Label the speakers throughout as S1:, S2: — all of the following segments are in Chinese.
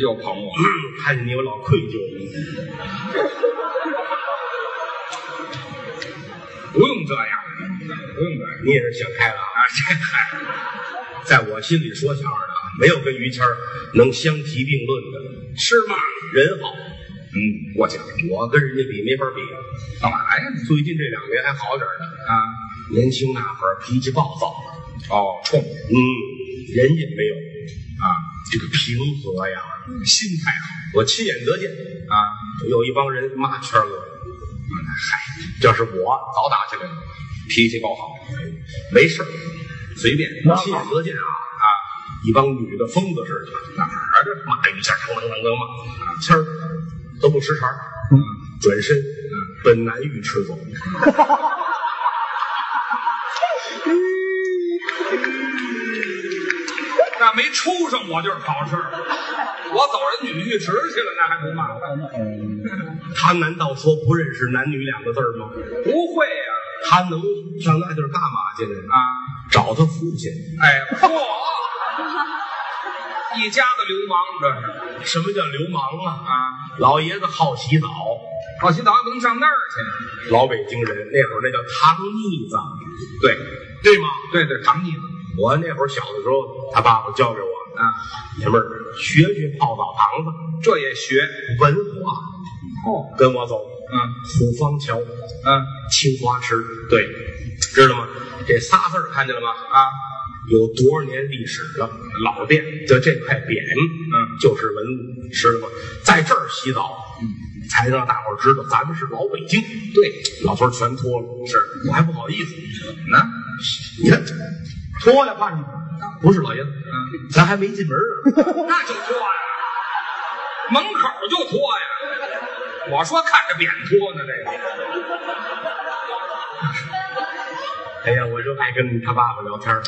S1: 又捧我，
S2: 看你我老愧疚。
S1: 不用这样，不用这样
S2: 你也是想开了啊
S1: 啊！！这嗨，
S2: 在我心里说相声的啊，没有跟于谦儿能相提并论的，
S1: 是吗？
S2: 人好。
S1: 嗯，过奖，
S2: 我跟人家比没法比，
S1: 干嘛呀？
S2: 最近这两年还好点儿呢。
S1: 啊，
S2: 年轻那会儿脾气暴躁，
S1: 哦，冲
S2: 嗯，人也没有
S1: 啊，
S2: 这个平和呀，
S1: 心态好
S2: 我亲眼得见，
S1: 啊，
S2: 有一帮人骂谦儿哥，
S1: 嗯，嗨，
S2: 要是我早打起来了，
S1: 脾气够好
S2: 没事儿，随便，
S1: 那
S2: 亲眼得见啊。
S1: 啊，
S2: 一帮女的疯子似的，哪儿的骂一下，当当当当骂，啊谦儿都不识茬儿，
S1: 嗯
S2: 转身奔南浴池走。
S1: 那没出上我就是好事儿，我走人女浴池去了，那还不骂我？
S2: 他难道说不认识男女两个字儿吗？
S1: 不会
S2: 他能上那地儿干嘛去呢？
S1: 呀、啊，
S2: 找他父亲，
S1: 哎，嚯，一家子流氓这是。
S2: 什么叫流氓啊？
S1: 啊，
S2: 老爷子好洗澡，
S1: 好洗澡也不能上那儿去。
S2: 老北京人那会儿那叫糖腻子，
S1: 对，
S2: 对吗？
S1: 对对，糖腻子
S2: 我那会儿小的时候，他爸爸教给我，
S1: 啊，
S2: 爷们儿学学泡澡堂子，
S1: 这也学
S2: 文化，
S1: 哦，
S2: 跟我走。
S1: 嗯
S2: 虎坊桥
S1: 嗯
S2: 青花池，对，知道吗？这仨字儿看见了吗？
S1: 啊，
S2: 有多少年历史了？老店就这块匾，
S1: 嗯，
S2: 就是文物，知道吗？在这儿洗澡，嗯，才让大伙儿知道咱们是老北京。
S1: 对，
S2: 老头儿全脱了，是我还不好意思，
S1: 那
S2: 你看脱了怕什么？不是老爷子，
S1: 嗯
S2: 咱还没进门呢。
S1: 那就脱呀，门口就脱呀。我说看着扁脱呢，这个
S2: 哎呀，我就爱跟他爸爸聊天儿，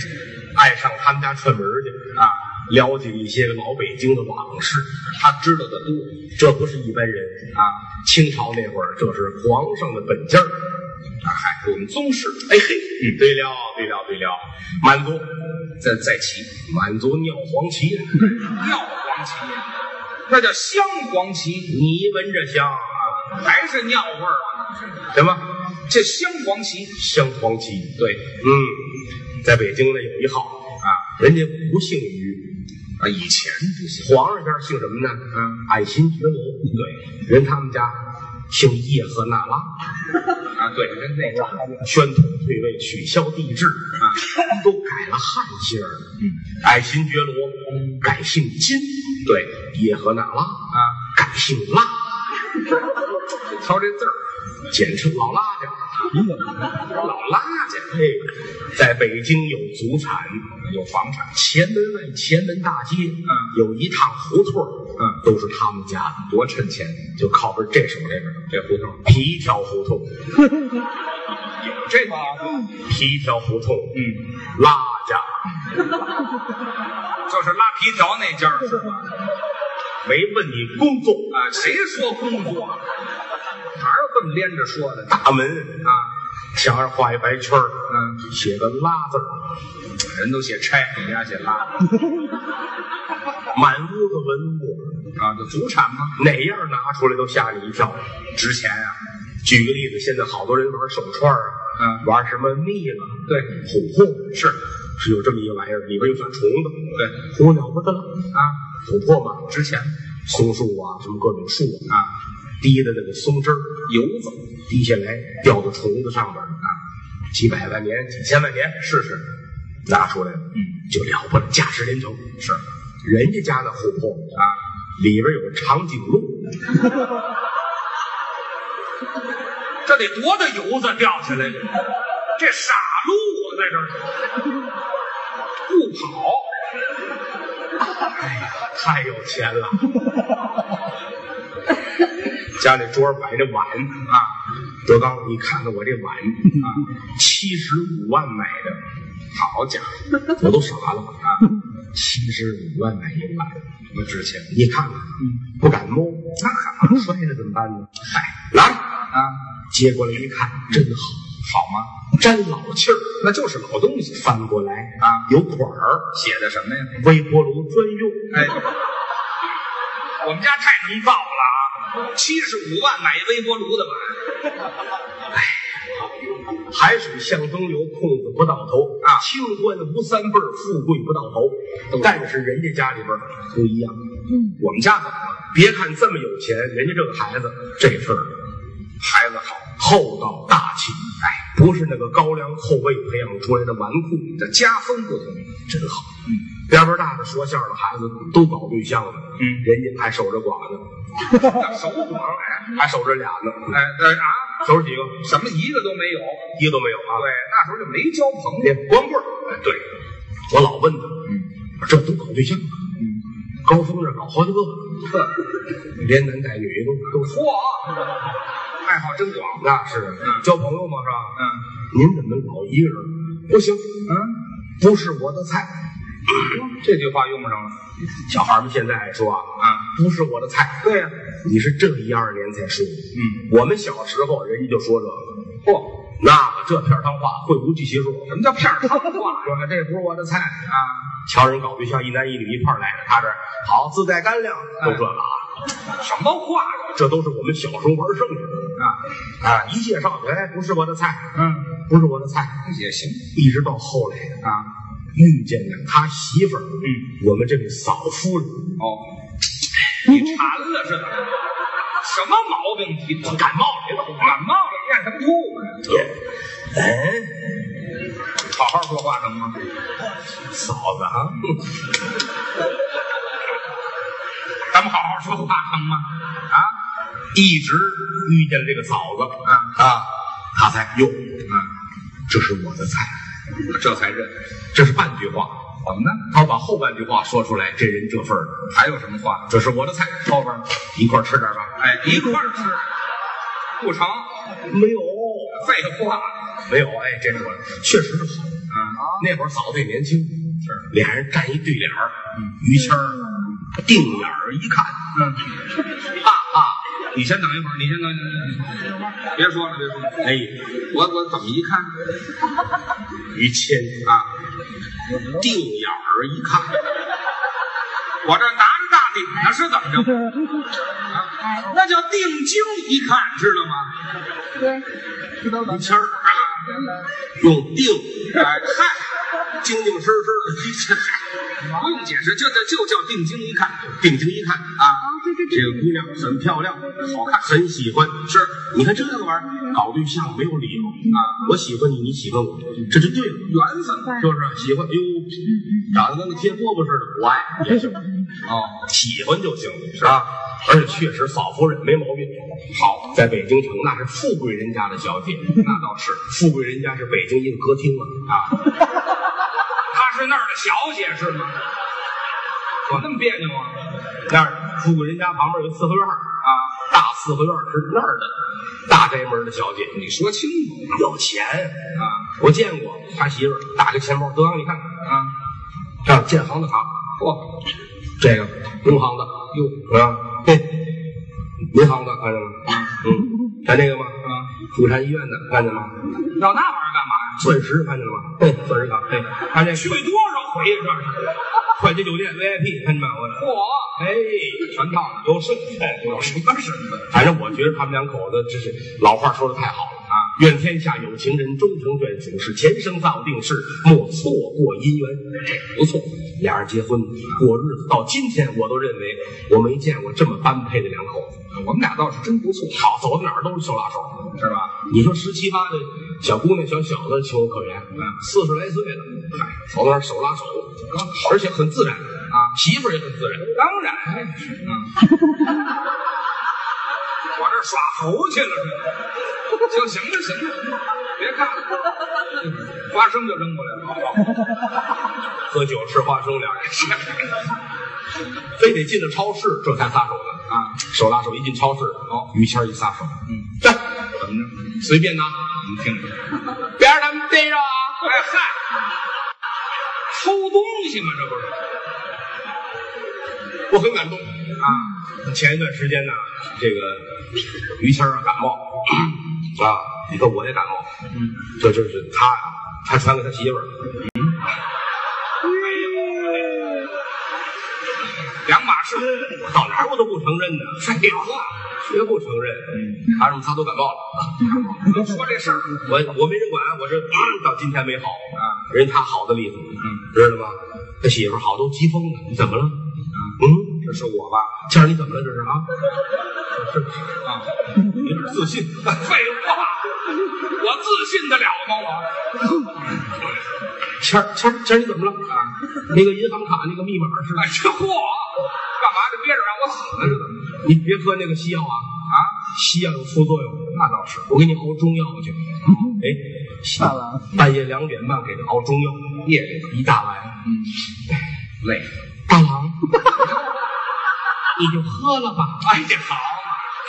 S2: 爱上他们家串门儿去啊，了解一些老北京的往事。他知道的多，这不是一般人啊。清朝那会儿，这是皇上的本家儿啊，嗨，我们宗室。哎嘿，对了，对了，对了，满族在在旗，满族尿黄旗，
S1: 尿黄旗，那叫香黄旗，
S2: 你闻着香啊，
S1: 还是尿味儿啊？
S2: 什么
S1: 这香黄旗，
S2: 香黄旗？
S1: 对
S2: 嗯，在北京呢有一号啊，人家不姓于，
S1: 啊，以前不行
S2: 皇上家姓什么呢？
S1: 嗯，
S2: 爱新觉罗。对，人他们家姓叶赫那拉，
S1: 啊，对，跟那个
S2: 宣统退位，取消帝制啊，都改了汉姓儿。嗯，爱新觉罗改姓金，对，叶赫那拉啊改姓拉，
S1: 瞧这字儿，
S2: 简称老拉家。老拉家，哎，在北京有祖产，
S1: 有房产，
S2: 前门外前门大街，嗯，有一趟胡同儿，
S1: 嗯，
S2: 都是他们家的。
S1: 多趁钱，
S2: 就靠边这手这边
S1: 这胡同
S2: 皮条胡同，
S1: 有这个。啊
S2: 皮条胡同，
S1: 嗯，
S2: 拉家
S1: 就是拉皮条那家儿是吧？
S2: 没问你工作，
S1: 啊，谁说工作？哪有这么连着说的？
S2: 大门
S1: 啊，
S2: 墙上画一白圈儿，
S1: 嗯，
S2: 写个拉字儿，
S1: 人都写拆，你家写拉啊，
S2: 满屋子文物，
S1: 就祖产吗？
S2: 哪样拿出来都吓你一跳。
S1: 值钱呀、
S2: 举个例子，现在好多人玩手串儿啊，
S1: 嗯
S2: 玩什么蜜了、
S1: 对
S2: 琥珀，是是有这么一个玩意儿，里边有小虫子，
S1: 对
S2: 多了不得了，
S1: 啊，
S2: 琥珀嘛，
S1: 值钱
S2: 松树啊，什么各种树啊，
S1: 啊，
S2: 滴的那个松汁儿，
S1: 油子
S2: 滴下来掉到虫子上边儿啊，几百万年、几千万年，试试，拿出来，嗯，就了不得，价值连城。
S1: 是
S2: 人家家的琥珀啊，里边有长颈鹿，
S1: 这得多大油子掉下来的？这傻路啊，在这儿不跑，
S2: 太有钱了。家里桌上摆着碗啊，德刚，你看看我这碗啊，七十五万买的，好家伙，我都傻了啊，七十五万买一碗，
S1: 不值钱
S2: 你看看，
S1: 嗯
S2: 不敢摸，那摔了怎么办呢？嗨，来，
S1: 啊？
S2: 接过来一看，真好，
S1: 好吗？
S2: 沾老气儿，那就是老东西。翻过来
S1: 啊
S2: 有管儿，
S1: 写的什么呀？
S2: 微波炉专用，
S1: 哎，我们家太能造了啊！七十五万买微波炉的吧？
S2: 海水向东流，空子不到头
S1: 啊嗯
S2: 清官无三辈儿，富贵不到头。但是人家家里边儿不一样，
S3: 嗯，
S2: 我们家怎么了？别看这么有钱，人家这个孩子这事儿，孩子好，厚道大气，哎，不是那个高粱扣喂培养出来的纨绔，
S1: 这家风不同，
S2: 真好。嗯，边边大的说相声的孩子都搞对象了，
S1: 嗯
S2: 人家还守着寡呢，
S1: 那手广哎
S2: 还守着俩呢，
S1: 哎呃啊，
S2: 守着几个，
S1: 什么一个都没有。
S2: 一个都没有啊。
S1: 对，那时候就没交朋友。
S2: 也光棍儿。哎，对，我老问他，嗯，这都搞对象，嗯，高峰这搞好几个，连男带女都都。
S1: 嚯，爱好真广。
S2: 那是交朋友嘛，是吧？
S1: 嗯
S2: 您怎么老一个人？不行，
S1: 嗯，
S2: 不是我的菜。
S1: 这句话用不上了。
S2: 小孩们现在爱说啊，
S1: 啊
S2: 不是我的菜。
S1: 对呀、
S2: 你是这一二年才说，
S1: 嗯，
S2: 我们小时候人家就说这个，
S1: 嚯，
S2: 那个这片儿汤话会无计其数。
S1: 什么叫片儿汤话
S2: 说这不是我的菜啊
S1: 啊？
S2: 瞧人搞对象，一男一女一块儿来的，他这儿好自带干粮，都这个啊，
S1: 什么话
S2: 这都是我们小时候玩剩下的
S1: 啊？
S2: 啊！一介绍，哎，不是我的菜，
S1: 嗯，
S2: 不是我的菜，
S1: 也行
S2: 一直到后来
S1: 啊。
S2: 遇见了他媳妇儿，
S1: 嗯，
S2: 我们这位嫂夫人，
S1: 哦，你馋了是吧？什么毛病？你
S2: 我感冒了，
S1: 感冒了，咽什么吐沫呀？
S2: 哎，
S1: 好好说话能吗？
S2: 嫂子啊，
S1: 嗯咱们好好说话能吗？啊，
S2: 一直遇见了这个嫂子
S1: 啊
S2: 啊，他才哟，
S1: 啊，
S2: 这是我的菜，
S1: 这才认。
S2: 这是半句话。
S1: 怎么呢？
S2: 他把后半句话说出来，这人这份儿，
S1: 还有什么话？
S2: 这是我的菜，后边儿一块儿吃点儿吧。
S1: 哎，一块儿吃，不成？
S2: 没有，
S1: 废话。
S2: 没有，哎，这是我确实是好。
S1: 啊，
S2: 那会儿嫂子也年轻，是俩人站一对脸儿，于谦儿定眼儿一看，
S1: 嗯，
S2: 哈哈，
S1: 你先等一会儿，你先等一会儿，别说了，别说了。
S2: 哎，
S1: 我我怎么一看
S2: 于谦
S1: 啊？
S2: 定眼儿一看，
S1: 我这拿着大顶呢，是怎么着？啊那叫定睛一看，知道吗？
S2: 于谦儿啊，用定
S1: 哎，嗨，
S2: 精精神神
S1: 不用解释，就就就叫定睛一看啊
S2: 的，定睛一看，
S3: 哦对对
S2: 这
S3: 对，
S2: 个姑娘很漂亮，好看，很喜欢。是，你看这个玩意
S3: 嗯
S2: 儿，搞对象没有理由
S1: 啊！
S2: 我喜欢你，你喜欢我，这就对了。
S3: 嗯
S1: 缘分
S2: 就是喜欢，哎呦，长得跟个贴饽饽似的，我爱
S3: 哎
S2: 也行，
S1: 哦，
S2: 喜欢就行啊。而且确实，嫂夫人没毛病。好，在北京城那是富贵人家的小姐，
S1: 那倒是，
S2: 富贵人家是北京一个歌厅啊啊，
S1: 她是那儿的小姐是吗？我那么别扭啊
S2: 那儿富贵人家旁边有个四合院儿，
S1: 啊！
S2: 大四合院儿是那儿的大宅门的小姐，
S1: 你说清楚
S2: 有钱。
S1: 啊
S2: 我见过他媳妇儿打开钱包，德刚你看，
S1: 啊！
S2: 让建行的卡，
S1: 嚯，
S2: 这个工行的，哟啊，嘿，民航的看见吗？嗯，看这个吗？
S1: 啊，
S2: 妇产医院的看见吗？
S1: 要那玩意儿干嘛呀？
S2: 钻石看见了吗？嘿，钻石卡，嘿，看这
S1: 去
S2: 个
S1: 多少回呀？这是
S2: 快捷酒店 VIP 看见吗？我
S1: 嚯，
S2: 哎，全套的有身份，有身份。
S1: 么什么
S2: 反正我觉得他们两口子真是老话说的太好了啊！愿天下有情人终成眷属，是前生造定事，莫错过姻缘。这不错，俩人结婚过日子到今天，我都认为我没见过这么般配的两口子。
S1: 我们俩倒是真不错，
S2: 好，走到哪儿都是手拉手。
S1: 是吧？
S2: 你说十七八的小姑娘、小小子情有可原，四十来岁了，嗨，走到那儿手拉手，而且很自然啊，媳妇儿也很自然。
S1: 当然，哎啊我这耍猴去了是吧？行行了行了，别看了，花生就扔过来了。
S2: 喝酒吃花生，俩人非得进了超市，这才撒手呢
S1: 啊！
S2: 手拉手一进超市，哦，于谦儿一撒手，
S1: 嗯，
S2: 站，
S1: 怎么着？
S2: 随便拿，
S1: 你听着，
S2: 别让他们逮着啊！
S1: 哎嗨，偷东西嘛，这不是
S2: 我很感动。
S1: 啊？
S2: 前一段时间呢，这个于谦儿啊感冒啊，你说我也感冒，
S1: 嗯，
S2: 这就是他呀，他传给
S1: 哎
S2: 他媳妇儿，两码事。我到哪儿我都不承认呢，废话，绝不承认。
S1: 嗯
S2: 反正我们仨都感冒了。
S1: 您说这事儿，
S2: 我我没人管，我是啊到今天没好啊。人家他好的厉害，知道吗？他媳妇儿好都急疯了，你怎么了？嗯，这是我吧？倩儿，你怎么了？这是啊？这是啊？有点自信。
S1: 废话，我自信得了吗？我
S2: 倩儿，倩儿，倩儿，你怎么了？啊，那个银行卡那个密码是
S1: 哎这嚯，干嘛这憋着让我死似的？
S2: 你别喝那个西药啊啊！西药有副作用，那倒是。我给你熬中药去。哎，下了半夜两点半给他熬中药，夜里一大碗。
S1: 累，
S2: 大郎，你就喝了吧。
S1: 哎呀好，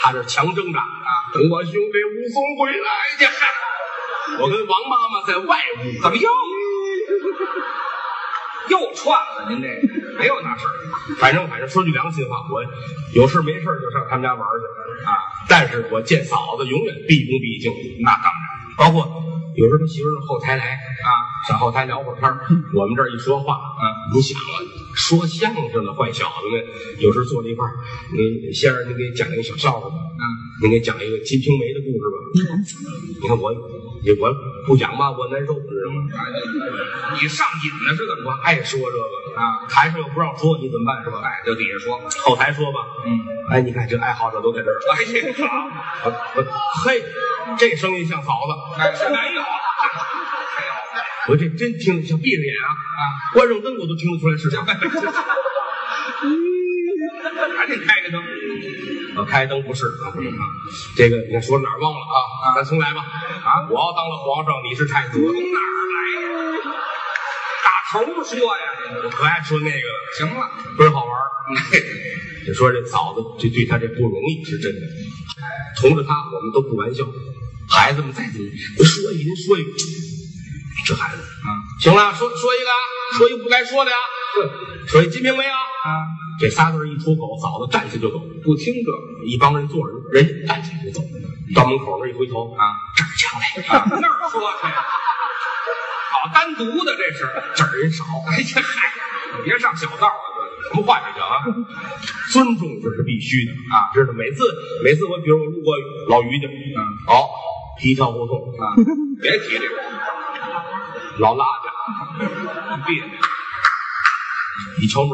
S2: 他这强挣扎啊，等我兄弟武松回来呀！我跟王妈妈在外屋，
S1: 怎么又又串了？您这个没有那事儿，
S2: 反正反正说句良心话，我有事没事就上他们家玩去啊。但是我见嫂子永远毕恭毕敬，
S1: 那当然
S2: 包括有时候他媳妇儿到后台来啊，上后台聊会儿天儿我们这儿一说话，啊，你想啊，说相声的坏小子们，有时候坐在一块儿，嗯，先生，您给讲一个小笑话吧，啊，您给讲一个《金瓶梅》的故事吧。你看我，你我不讲吧，我难受，知道吗？
S1: 嗯哎。你上瘾了是怎么
S2: 我
S1: 着？
S2: 爱说这个啊，台上又不让说，你怎么办是吧？
S1: 哎，就底下说，
S2: 后台说吧，
S1: 嗯，
S2: 哎，你看这爱好者都在这儿，
S1: 哎呀好，
S2: 啊我嘿，这声音像嫂子。
S1: 哎没有，
S2: 我这真听得像闭着眼啊啊！关上灯我都听得出来是谁。
S1: 赶紧开个灯，
S2: 我开灯不是 啊，不是啊。这个你看说哪儿忘了啊？咱重来吧啊！我要当了皇上，你是太子。
S1: 从哪儿来呀？打头说呀，
S2: 我可爱说那个了，
S1: 行了，
S2: 倍儿好玩儿。 你说这嫂子这对他这不容易是真的，同着他我们都不玩笑。孩子们再怎么说一人说一，这孩子啊，行了，说说一个，啊，说一个不该说的呀，啊说一《金瓶梅》啊。
S1: 啊，
S2: 这仨字儿一出口，嫂子站起就走。
S1: 不听这个
S2: 一帮人坐着，人家站起来就走，到门口那儿一回头啊，这儿抢来，
S1: 啊，那儿说去，好单独的这是，
S2: 这儿人少，
S1: 哎呀嗨，别上小道了，
S2: 什么话也行啊，尊重这是必须的啊，知道？每次每次我比如我路过老于家，
S1: 嗯
S2: 好、一条胡 同，
S1: 这啊，别提这个，
S2: 老拉家
S1: 别扭，
S2: 一敲门，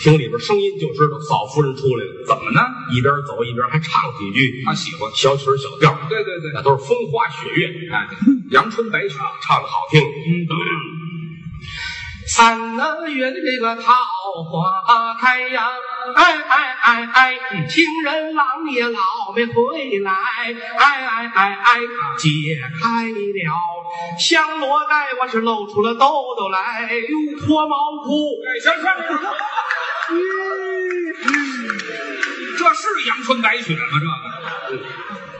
S2: 听里边声音就知道嫂夫人出来了，
S1: 怎么呢？
S2: 一边走一边还唱几句
S1: 他喜欢，
S2: 小曲儿小调儿，
S1: 对对对，
S2: 那都是风花雪月，
S1: 哎，阳春白雪，
S2: 唱的好听。三个月的这个桃花开呀，哎哎哎哎，情人郎也老没回来，哎哎哎哎，解开了香罗带，我是露出了兜兜来，又脱毛裤，
S1: 哎，行行行。这是阳春白雪吗？这个，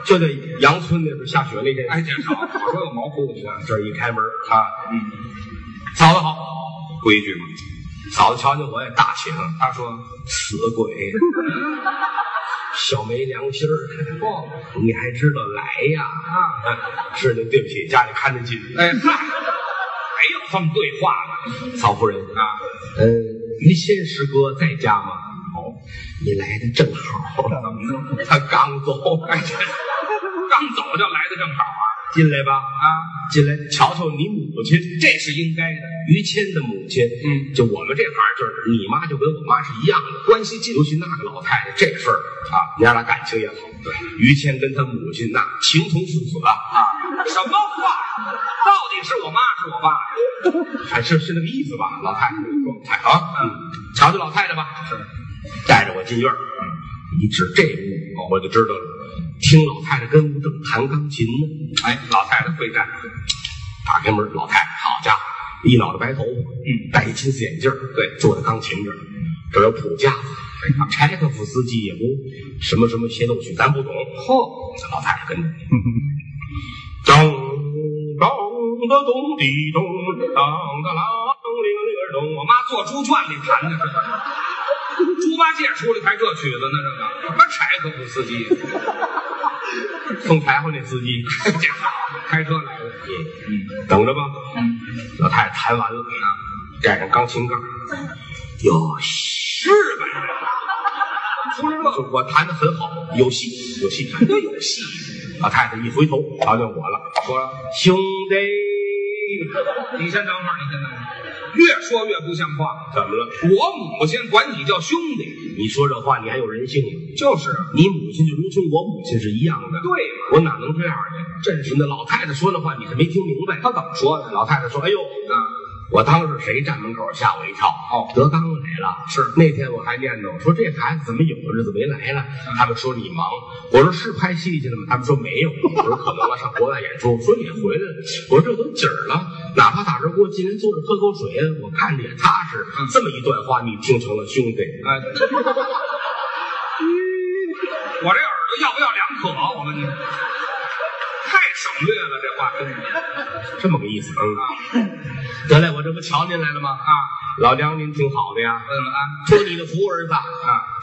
S2: 就在杨村那是下雪那天，
S1: 哎，这少，我说有毛裤子，
S2: 这一开门啊，嗯，嫂子好，
S1: 规矩吗？
S2: 嫂子瞧见我也大气了，
S1: 他说，
S2: 死鬼，小没良心儿。
S1: 哦，
S2: 你还知道来呀？啊，是的，对不起，家里看得紧。
S1: 哎嗨，没有这么对话的
S2: 曹夫人啊，嗯，于谦师哥在家吗？哦，你来的正好，
S1: 怎么呢？
S2: 他刚走，哎
S1: 刚走就来的正好啊
S2: 进来吧，
S1: 啊，
S2: 进来瞧瞧你母亲，
S1: 这是应该的，
S2: 于谦的母亲。
S1: 嗯，
S2: 就我们这行就是你妈就跟我妈是一样的关系近，尤其那个老太太这事儿啊，娘俩感情也好。对，于谦跟他母亲那情同父子啊，
S1: 什么话？到底是我妈是我爸呀？
S2: 还是是那个意思吧，老太太那个状态啊，嗯，瞧瞧老太太吧，是，带着我进院儿，嗯一指这屋，我就知道了，听老太太跟屋正弹钢琴呢，
S1: 哎，老太太会站，
S2: 打开门，老太太，好家伙，一脑袋白头发，嗯，戴一金丝眼镜儿，
S1: 对
S2: 坐在钢琴这儿，这有谱架子，哎柴可夫斯基也不什么什么协奏曲，咱不懂，
S1: 嚯，
S2: 这老太太 跟着，当当的咚滴咚，当当啷铃铃儿咚，我
S1: 我
S2: 妈
S1: 妈坐猪圈里弹的是。猪八戒出来弹这曲子呢，这个什么柴可夫斯基，
S2: 送柴火那司机。
S1: 这好开车来的，
S2: 等着吧。啊老太太弹完了，盖上钢琴盖儿，有事吧？
S1: 吗？
S2: 就我弹的很好，有戏有戏看。
S1: 那有戏，
S2: 老太太一回头瞧见我了，
S1: 说了，
S2: 兄弟，
S1: 你先等会儿，你先等会儿，越说越不像话。
S2: 怎么了？
S1: 我母亲管你叫兄弟，
S2: 你说这话你还有人性吗？
S1: 就是
S2: 你母亲就如同我母亲是一样的。
S1: 对嘛？
S2: 我哪能这样呢？真是的，老太太说那话你是没听明白。她怎么说的？老太太说：“哎呦，啊，我当时谁站门口吓我一跳？
S1: 哦
S2: 德刚来了。
S1: 是
S2: 那天我还念叨说这孩子怎么有的日子没来了？
S1: 嗯
S2: 他们说你忙，我说是拍戏去了吗？他们说没有。我说可能了，上国外演出。说你回来了，我说这都几儿了，哪怕打着锅进人坐着喝口水，我看着也踏实。
S1: 嗯
S2: 这么一段话你听成了兄弟，
S1: 哎，我这耳朵要不要两可？我问你，太省略了，这话真的
S2: 这么个意思。嗯啊，得嘞，我这不瞧您来了吗？啊，老娘您挺好的呀。
S1: 问哎问安
S2: 托你的福，儿子啊！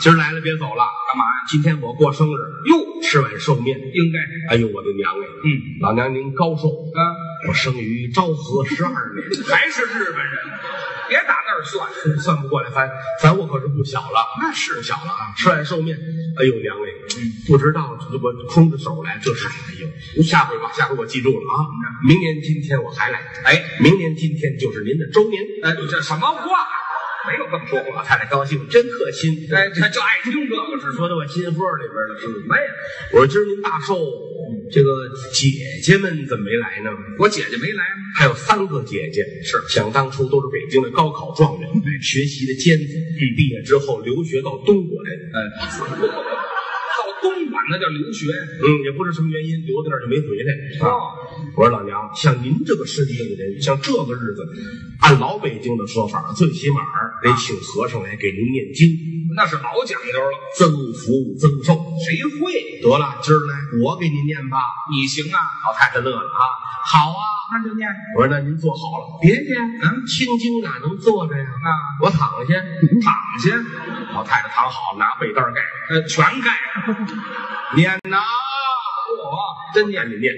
S2: 今儿来了别走了，
S1: 干嘛呀？
S2: 今天我过生日，
S1: 哟，
S2: 吃碗寿面。
S1: 应该
S2: 哎呦，我的娘哎！
S1: 嗯
S2: 老娘您高寿，
S1: 啊，
S2: 我生于昭和十二年，
S1: 还是日本人，别打那儿算，
S2: 算不过来，反反我可是不小了，
S1: 那是
S2: 不小了啊！吃碗寿面，哎呦娘哎！不知道我空着手来，这是哎呦，下回吧，下回我记住了啊！明年今天我还来，
S1: 哎
S2: 明年今天就是您的周年。
S1: 哎，这什么话？没有这么说过。
S2: 老太太高兴，真可心。
S1: 哎，他就爱听这个是吗？
S2: 说到我心窝里边了，是不是？
S1: 没有，
S2: 我说今儿您大寿，这个姐姐们怎么没来呢？
S1: 我姐姐没来吗？
S2: 还有三个姐姐
S1: 是
S2: 想当初都是北京的高考状元，学习的尖子，毕业之后留学到东国来，
S1: 哎，到东莞那叫留学
S2: 嗯，也不知什么原因留在那儿就没回来。啊
S1: 哦，
S2: 我说老娘，像您这个身份的人，像这个日子，按老北京的说法，最起码儿得请和尚来给您念经，
S1: 那是老讲究了，
S2: 增福增寿。
S1: 谁会？
S2: 得了，今儿来我给您念吧。
S1: 你行啊？
S2: 老太太乐了啊，好啊。
S1: 那就念
S2: 我说那您坐好了，
S1: 别介，嗯
S2: 青经哪能坐着呀？
S1: 啊，
S2: 我躺下，
S1: 躺下，
S2: 老太太躺好，拿被单盖着，
S1: 呃，全盖上。
S2: 念呐，
S1: 我
S2: 真念你念。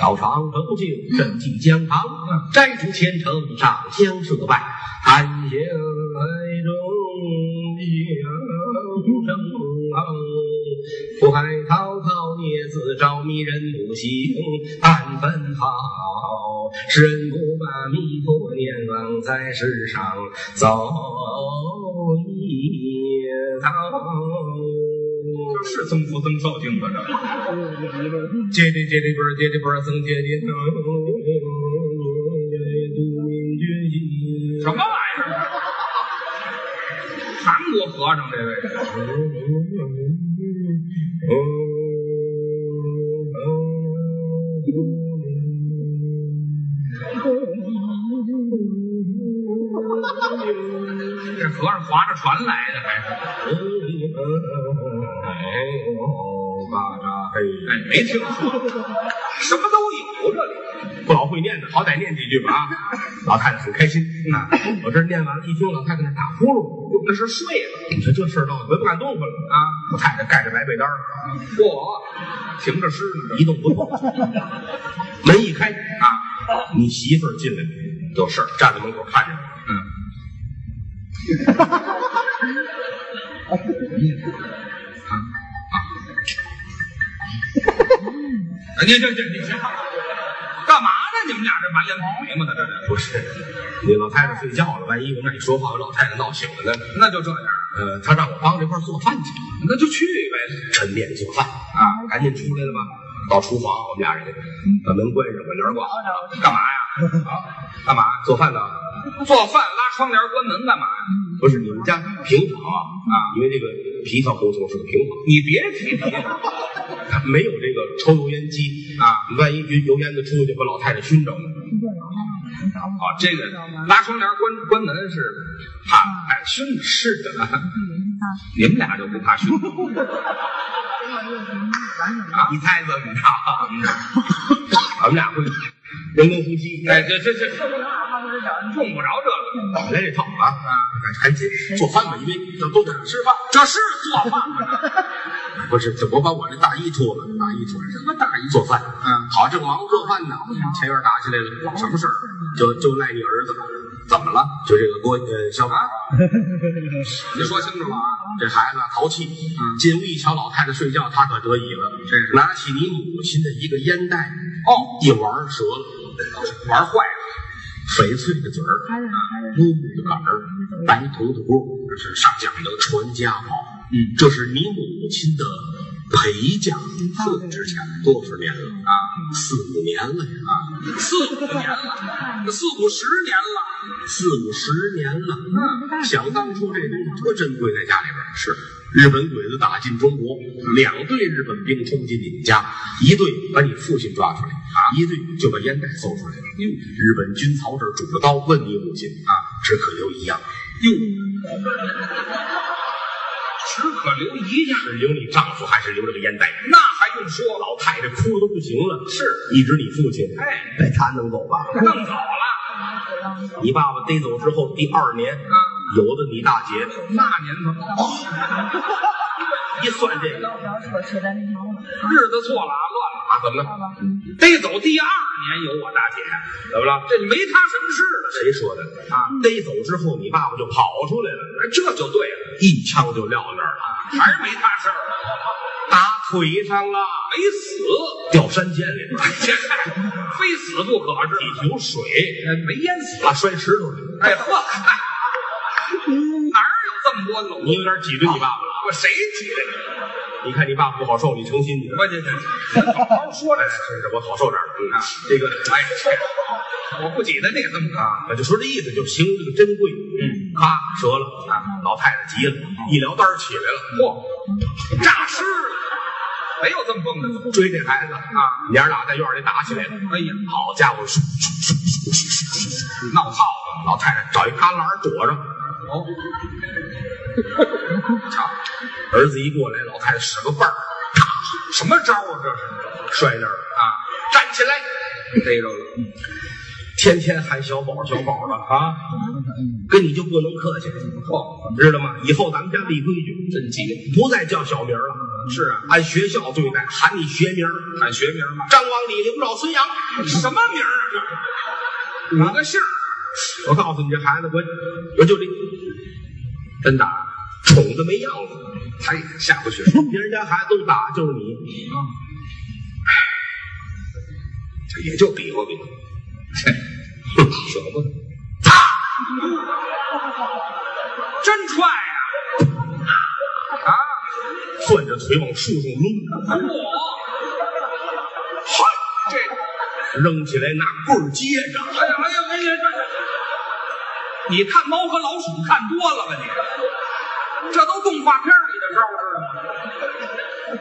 S2: 道场柔静，正气江堂，摘除前程，上香设拜，谈笑海中扬声不海滔滔，孽自招迷人不行，但分好。世人不把弥陀念往在世上走一遭。
S1: 是增福增寿经吧？这
S2: 接的接的波儿，接的波儿，增接的增。独明君心
S1: 什么玩意儿？韩国和尚这位这和尚划着船来的，还是？哎，没听说，什么都有这里。
S2: 不老会念的，好歹念几句吧啊！老太太很开心啊！我这念完了，一听老太太那打呼噜，
S1: 那是睡了
S2: 你说这事儿闹的，我也不敢动弹了。
S1: 啊！
S2: 老太太盖着白被单儿，
S1: 嚯，停着尸呢
S2: 一动不 动。门一开啊，你媳妇儿进来了，有事儿站在门口看着我。
S1: 嗯，啊，你这这你行，干嘛呢？你们俩这满脸跑眉毛的，这这，
S2: 不是，你老太太睡觉了，万一我那一说话，我老太太闹醒了呢？
S1: 那就这样，
S2: 呃，她让我帮着一块儿做饭去，
S1: 那就去呗。
S2: 抻面做饭啊，赶紧出来了吧。到厨房，我们俩人把门关上，把帘儿挂好。
S1: 干嘛呀？
S2: 干嘛？做饭呢？
S1: 做饭拉窗帘关门干嘛呀？
S2: 不是你们家平房啊？啊，因为这个皮条胡同是个平房。
S1: 你别提提了，
S2: 他没有这个抽油烟机啊，万一油油烟子出去把老太太熏着了，
S1: 哦，这个拉窗帘关关门是怕哎熏着，
S2: 是的，
S1: 你们俩就不怕熏着？
S2: 你猜怎么着？我们俩会人工呼吸，
S1: 哎，这这这，用不着这个，
S2: 打来这套啊啊！赶紧做饭吧，因为这都得吃饭。
S1: 这是做饭吗？
S2: 不是，这我把我这大衣脱了，大衣穿上。
S1: 什么大姨？
S2: 做饭，
S1: 嗯
S2: 嗯，好，正忙着做饭呢，前院打起来了，什么事儿？就就赖你儿子，怎么了？就这个郭呃小 马啊，
S1: 你说清楚了啊！
S2: 这孩子啊淘气，进屋一瞧老太太睡觉，他可得意了，
S1: 真嗯是
S2: 拿起你母亲的一个烟袋，
S1: 哦，
S2: 一玩折了，
S1: 玩坏了，
S2: 翡翠的嘴儿，乌木的杆儿，白头的锅，这是上讲究传家宝。
S1: 嗯，
S2: 这是你母亲的陪嫁，特值钱，多少年了啊？
S1: 嗯
S2: 四五年了呀啊，
S1: 四五年了，四五十年了，
S2: 四五十年了。
S1: 嗯
S2: 想当初这东西多珍贵，在家里边儿是。日本鬼子打进中国，两队日本兵冲进你们家，一队把你父亲抓出来，啊，一队就把烟袋搜出来了。日本军曹这儿拄着刀问你母亲啊，只可留一样，
S1: 哟，只可留一样，
S2: 是留你丈夫还是留这个烟袋？
S1: 那还用说了？
S2: 老太太哭的不行了，
S1: 是，
S2: 一直你父亲，
S1: 哎，
S2: 哎，他能走吧？
S1: 弄走了，
S2: 你爸爸逮走之后第二年，
S1: 啊
S2: 有的你大姐，
S1: 那年头，
S2: 一算这个
S3: 不要扯扯咱那条了，
S1: 日子错了啊，乱了啊，怎么
S3: 好
S1: 了？
S3: 吧？嗯，
S1: 逮走第二年有我大姐，
S2: 怎么了？
S1: 这没他什么事了，
S2: 谁说的
S1: 啊？
S2: 逮走之后，你爸爸就跑出来了，
S1: 哎这就对了，
S2: 一枪就撂那儿了，
S1: 还是没他事儿，
S2: 打腿上了，
S1: 没死。
S2: 掉山涧里边儿，
S1: 非死不可是吧？
S2: 一瓶水
S1: 呃没淹死。
S2: 啊，摔石头里了。
S1: 哎呵，哪儿有这么多楼？
S2: 你有点挤兑你爸爸了，
S1: 我谁提的你？
S2: 你看你爸爸不好受，你成 心你。哎
S1: 关键是好好说这事。
S2: 是是，我好受点儿了。嗯啊，这个
S1: 哎，我不挤得那个这么啊大。
S2: 啊我就说这意思，就形容这个珍贵。嗯，咔折了啊！老太太急了，一撩单儿起来了，
S1: 嚯，诈尸了，没有这么蹦的。
S2: 追这孩子啊，娘儿俩在院里打起来了。
S1: 哎呀，
S2: 好家伙，嗖嗖嗖嗖嗖嗖嗖闹套了。啊老太太找一旮旯儿躲着，
S1: 哦，瞧，
S2: 啊儿子一过来，老太太使个绊儿，
S1: 什么招啊这是？
S2: 摔那儿了。
S1: 啊，
S2: 站起来，
S1: 逮着了。
S2: 天天喊小宝儿小宝儿的啊，跟你就不能客气，
S1: 嚯，
S2: 知道吗？以后咱们家立规矩，
S1: 真急。
S2: 不再叫小名儿了，
S1: 是啊，
S2: 按学校对待，喊你学名儿，
S1: 喊学名吧。
S2: 张王李刘赵孙杨。
S1: 什么名儿啊？这五个姓儿。
S2: 我告诉你，这孩子，我我就这，真打，宠的没样子。
S1: 哎，下不去。
S2: 别人家孩子都打，就是你，
S1: 也就比划比划，舍不得，啪，真踹呀、啊！
S2: 攥着腿往树上抡，
S1: 啊，嚯，这，
S2: 扔起来拿棍儿接着。
S1: 哎呀哎呀哎呀，这，你看猫和老鼠看多了吧你？这都动画片里的招儿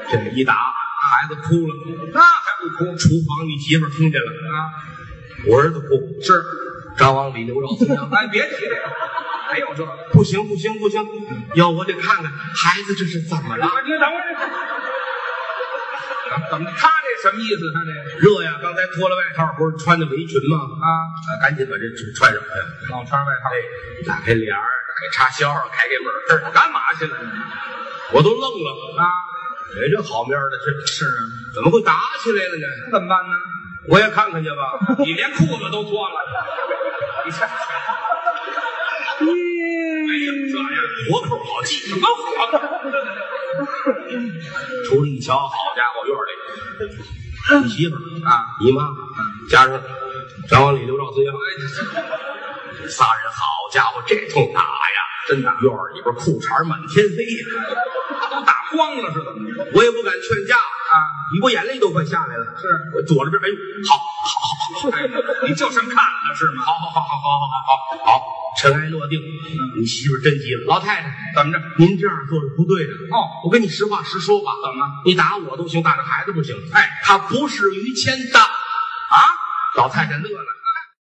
S2: 这么一打，孩子哭了。
S1: 知道吗？那还不哭？
S2: 厨房，你媳妇儿听见了啊？我儿子哭，
S1: 是，
S2: 张王李刘赵孙杨，
S1: 哎，别提这个，没有这个。
S2: 不行不行不行，要我得看看孩子这是怎么了。
S1: 啊你等会儿，怎么他这什么意思？他这个
S2: 热呀，刚才脱了外套，不是穿的围裙吗？
S1: 啊，
S2: 啊，赶紧把这穿上。哎
S1: 老穿外套。
S2: 哎，打开帘儿，给插销，开开门儿，
S1: 我干嘛去了？
S2: 我都愣了。
S1: 啊，
S2: 哎，这好面儿的，这
S1: 是啊，
S2: 怎么会打起来了呢？
S1: 那怎么办呢？
S2: 我也看看去吧。
S1: 你连裤子都脱了，你看，
S2: 哎呀，这样活口好记。
S1: 什么活
S2: 出来一瞧，好家伙，院里，你媳妇儿
S1: 啊？
S2: 你妈，加上张王李刘赵孙杨，哎仨人，好家伙，这通打呀，真打！院儿里边裤衩满天飞呀，
S1: 都打光了是怎么着？
S2: 我也不敢劝架
S1: 啊，
S2: 我眼泪都快下来了。
S1: 是
S2: 我左着边，哎呦，好，好，
S1: 哎你就剩看了是吗？
S2: 好，好，好，好，好，好，好，好，尘埃落定。嗯你媳妇儿真急了，老太太，
S1: 怎么着？
S2: 您这样做是不对的。
S1: 哦，
S2: 我跟你实话实说吧，
S1: 怎么？
S2: 你打我都行，打这孩子不行。
S1: 哎
S2: 他不是于谦的啊！老太太乐了，